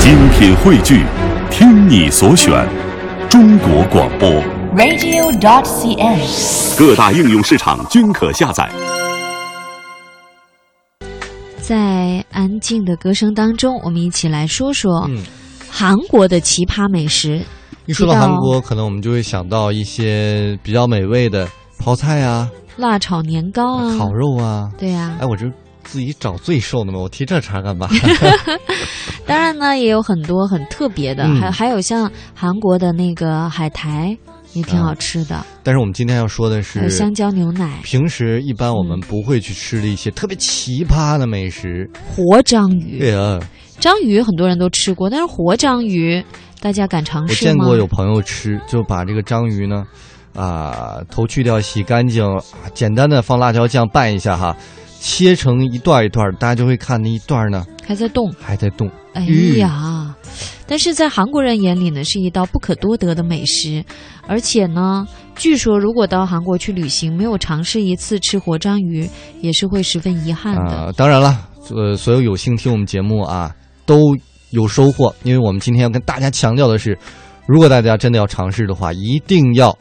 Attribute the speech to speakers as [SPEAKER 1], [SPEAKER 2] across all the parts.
[SPEAKER 1] 精品汇聚，听你所选，中国广播。
[SPEAKER 2] radio.cn。
[SPEAKER 1] 各大应用市场均可下载。
[SPEAKER 3] 在安静的歌声当中，我们一起来说说
[SPEAKER 4] 嗯
[SPEAKER 3] 韩国的奇葩美食。
[SPEAKER 4] 一说到
[SPEAKER 3] 提到
[SPEAKER 4] 韩国，可能我们就会想到一些比较美味的泡菜啊、
[SPEAKER 3] 辣炒年糕啊，
[SPEAKER 4] 烤肉啊。
[SPEAKER 3] 对呀、
[SPEAKER 4] 哎，我就自己找罪受的嘛，我提这茬干 嘛？
[SPEAKER 3] 当然呢，也有很多很特别的，
[SPEAKER 4] 嗯
[SPEAKER 3] 还、还有像韩国的那个海苔也挺好吃的，
[SPEAKER 4] 但是我们今天要说的
[SPEAKER 3] 还有
[SPEAKER 4] 是，
[SPEAKER 3] 香蕉牛奶、
[SPEAKER 4] 平时一般我们不会去吃的一些特别奇葩的美食。
[SPEAKER 3] 活章鱼。
[SPEAKER 4] 对啊，
[SPEAKER 3] 章鱼很多人都吃过，但是活章鱼大家敢尝
[SPEAKER 4] 我
[SPEAKER 3] 试
[SPEAKER 4] 见
[SPEAKER 3] 吗？
[SPEAKER 4] 过有朋友吃，就把这个章鱼呢，啊，头去掉，洗干净，啊简单的放辣椒酱拌一下哈，切成一段一段，大家就会看那一段呢
[SPEAKER 3] 还在动。
[SPEAKER 4] 还在动。
[SPEAKER 3] 哎
[SPEAKER 4] 嗯
[SPEAKER 3] 呀，但是在韩国人眼里呢，是一道不可多得的美食，而且呢，据说如果到韩国去旅行，没有尝试一次吃活章鱼，也是会十分遗憾的。
[SPEAKER 4] 啊、当然了，呃，所有有幸听我们节目啊，都有收获，因为我们今天要跟大家强调的是，如果大家真的要尝试的话，一定要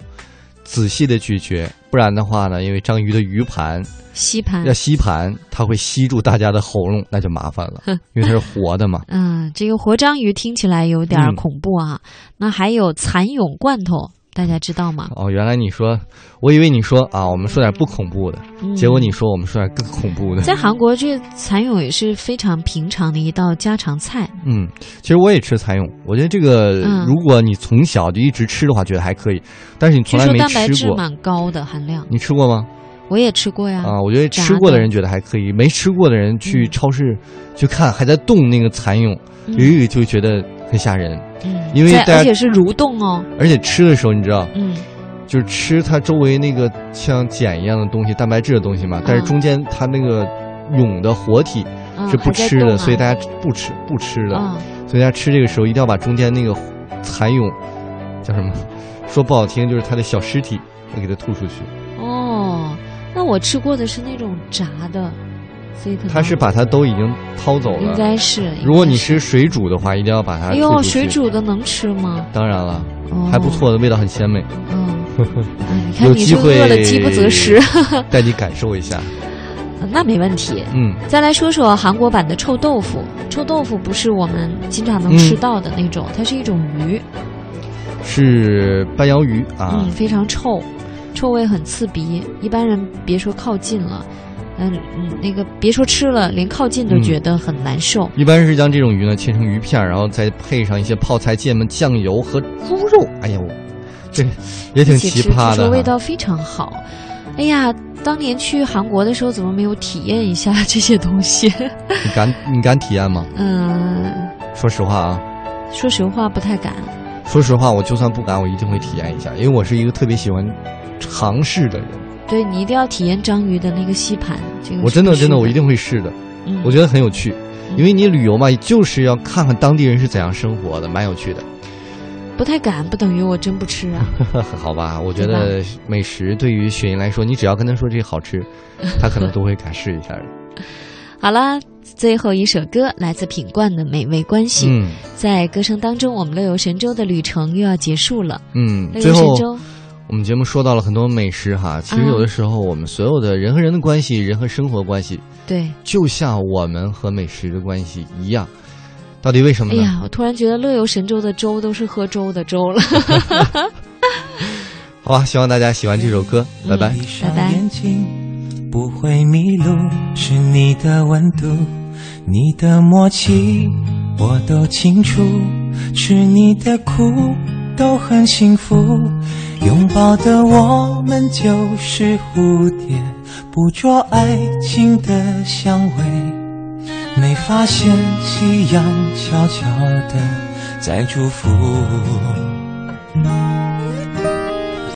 [SPEAKER 4] 仔细的咀嚼，不然的话呢，因为章鱼的鱼盘
[SPEAKER 3] 吸盘
[SPEAKER 4] 要，吸盘，它会吸住大家的喉咙，那就麻烦了，因为它是活的嘛。
[SPEAKER 3] 嗯，这个活章鱼听起来有点儿
[SPEAKER 4] 嗯
[SPEAKER 3] 恐怖啊。那还有蚕蛹罐头，大家知道吗？
[SPEAKER 4] 哦，原来你说，我以为你说啊，我们说点不恐怖的，
[SPEAKER 3] 嗯
[SPEAKER 4] 结果你说我们说点更恐怖的。
[SPEAKER 3] 在韩国，这蚕蛹也是非常平常的一道家常菜。
[SPEAKER 4] 嗯，其实我也吃蚕蛹，我觉得这个、
[SPEAKER 3] 嗯
[SPEAKER 4] 如果你从小就一直吃的话，觉得还可以，但是你
[SPEAKER 3] 据
[SPEAKER 4] 从来
[SPEAKER 3] 说
[SPEAKER 4] 没
[SPEAKER 3] 蛋白
[SPEAKER 4] 吃
[SPEAKER 3] 质
[SPEAKER 4] 过，
[SPEAKER 3] 蛮高的含量，
[SPEAKER 4] 你吃过吗？
[SPEAKER 3] 我也吃过呀。
[SPEAKER 4] 啊，我觉得
[SPEAKER 3] 炸
[SPEAKER 4] 吃过的
[SPEAKER 3] 的
[SPEAKER 4] 人觉得还可以，没吃过的人去
[SPEAKER 3] 嗯
[SPEAKER 4] 超市去看还在动那个蚕蛹，
[SPEAKER 3] 嗯
[SPEAKER 4] 鱼鱼就觉得很吓人。
[SPEAKER 3] 嗯
[SPEAKER 4] 因为
[SPEAKER 3] 在
[SPEAKER 4] 大家
[SPEAKER 3] 而且是蠕动哦。
[SPEAKER 4] 而且吃的时候，你知道，
[SPEAKER 3] 嗯，
[SPEAKER 4] 就是吃它周围那个像碱一样的东西，蛋白质的东西嘛，但是
[SPEAKER 3] 嗯
[SPEAKER 4] 中间它那个蛹的活体
[SPEAKER 3] 嗯
[SPEAKER 4] 是不
[SPEAKER 3] 还在
[SPEAKER 4] 吃
[SPEAKER 3] 动
[SPEAKER 4] 的，
[SPEAKER 3] 啊
[SPEAKER 4] 所以大家不吃不吃的，
[SPEAKER 3] 嗯
[SPEAKER 4] 所以大家吃这个时候一定要把中间那个蚕蛹叫什么？说不好听就是它的小尸体，要给它吐出去。
[SPEAKER 3] 哦，那我吃过的是那种炸的，所以可能
[SPEAKER 4] 它是把它都已经掏走
[SPEAKER 3] 嗯应
[SPEAKER 4] 了。
[SPEAKER 3] 该是。应该
[SPEAKER 4] 如果你吃水煮的话，一定要把它
[SPEAKER 3] 哎
[SPEAKER 4] 吐出
[SPEAKER 3] 呦，
[SPEAKER 4] 去
[SPEAKER 3] 水煮的能吃吗？
[SPEAKER 4] 当然了，
[SPEAKER 3] 哦
[SPEAKER 4] 还不。错的味道很鲜美，
[SPEAKER 3] 嗯，哎你看
[SPEAKER 4] 有
[SPEAKER 3] 你
[SPEAKER 4] 机
[SPEAKER 3] 就
[SPEAKER 4] 会
[SPEAKER 3] 饿了饥不择食，
[SPEAKER 4] 带你感受一下。
[SPEAKER 3] 那没问题。
[SPEAKER 4] 嗯，
[SPEAKER 3] 再来说说韩国版的臭豆腐，臭豆腐不是我们经常能吃
[SPEAKER 4] 嗯
[SPEAKER 3] 到的那种，它是一种鱼，
[SPEAKER 4] 是斑腰鱼啊
[SPEAKER 3] 嗯，，非常臭，臭味很刺鼻，一般人别说靠近了，嗯嗯，那个别说吃了，连靠近都
[SPEAKER 4] 嗯
[SPEAKER 3] 觉得很难受。
[SPEAKER 4] 一般是将这种鱼呢切成鱼片儿，然后再配上一些泡菜、芥末、酱油和猪肉。哎呀，我这也挺
[SPEAKER 3] 一起
[SPEAKER 4] 奇
[SPEAKER 3] 吃，据
[SPEAKER 4] 葩
[SPEAKER 3] 说
[SPEAKER 4] 的
[SPEAKER 3] 味
[SPEAKER 4] 哈。
[SPEAKER 3] 道非常好。哎呀，当年去韩国的时候怎么没有体验一下 这些东西？
[SPEAKER 4] 你敢你敢体验吗？
[SPEAKER 3] 嗯，
[SPEAKER 4] 说实话啊，
[SPEAKER 3] 说实话不太敢。
[SPEAKER 4] 说实话，我就算不敢，我一定会体验一下，因为我是一个特别喜欢尝试的人。
[SPEAKER 3] 对你一定要体验章鱼的那个吸盘，这个
[SPEAKER 4] 我
[SPEAKER 3] 是
[SPEAKER 4] 真的
[SPEAKER 3] 必须
[SPEAKER 4] 真的我一，定会试的，
[SPEAKER 3] 嗯、
[SPEAKER 4] 我觉得很有趣。因为你旅游嘛，就是要看看当地人是怎样生活的，蛮 有趣的。
[SPEAKER 3] 嗯不太敢，不等于我真不吃 啊。
[SPEAKER 4] 好吧，我觉得美食对于雪莹来说，你只要跟她说这好吃，她可能都会敢试一 下的。
[SPEAKER 3] 好啦，最后一首歌来自品冠的《美味关系》。
[SPEAKER 4] 嗯
[SPEAKER 3] 在歌声当中，我们乐游神州的旅程又要结束了。
[SPEAKER 4] 嗯，
[SPEAKER 3] 乐
[SPEAKER 4] 最
[SPEAKER 3] 游神
[SPEAKER 4] 后
[SPEAKER 3] 州，
[SPEAKER 4] 我们节目说到了很多美食哈，其实
[SPEAKER 3] 啊
[SPEAKER 4] 有的时候我们所有的人和人的关系，人和生活关系，
[SPEAKER 3] 对，
[SPEAKER 4] 就像我们和美食的关系一样，到底为什么
[SPEAKER 3] 哎
[SPEAKER 4] 呢？
[SPEAKER 3] 呀，我突然觉得乐游神州的粥都是喝粥的粥 了。
[SPEAKER 4] 好吧，希望大家喜欢这首歌，
[SPEAKER 3] 嗯
[SPEAKER 4] 拜拜。
[SPEAKER 5] 闭上眼睛，不会迷路，是你的温度，你的默契，我都清楚。吃你的苦，都很幸福。拥抱的我们就是蝴蝶，捕捉爱情的香味。没发现夕阳悄悄地在祝福。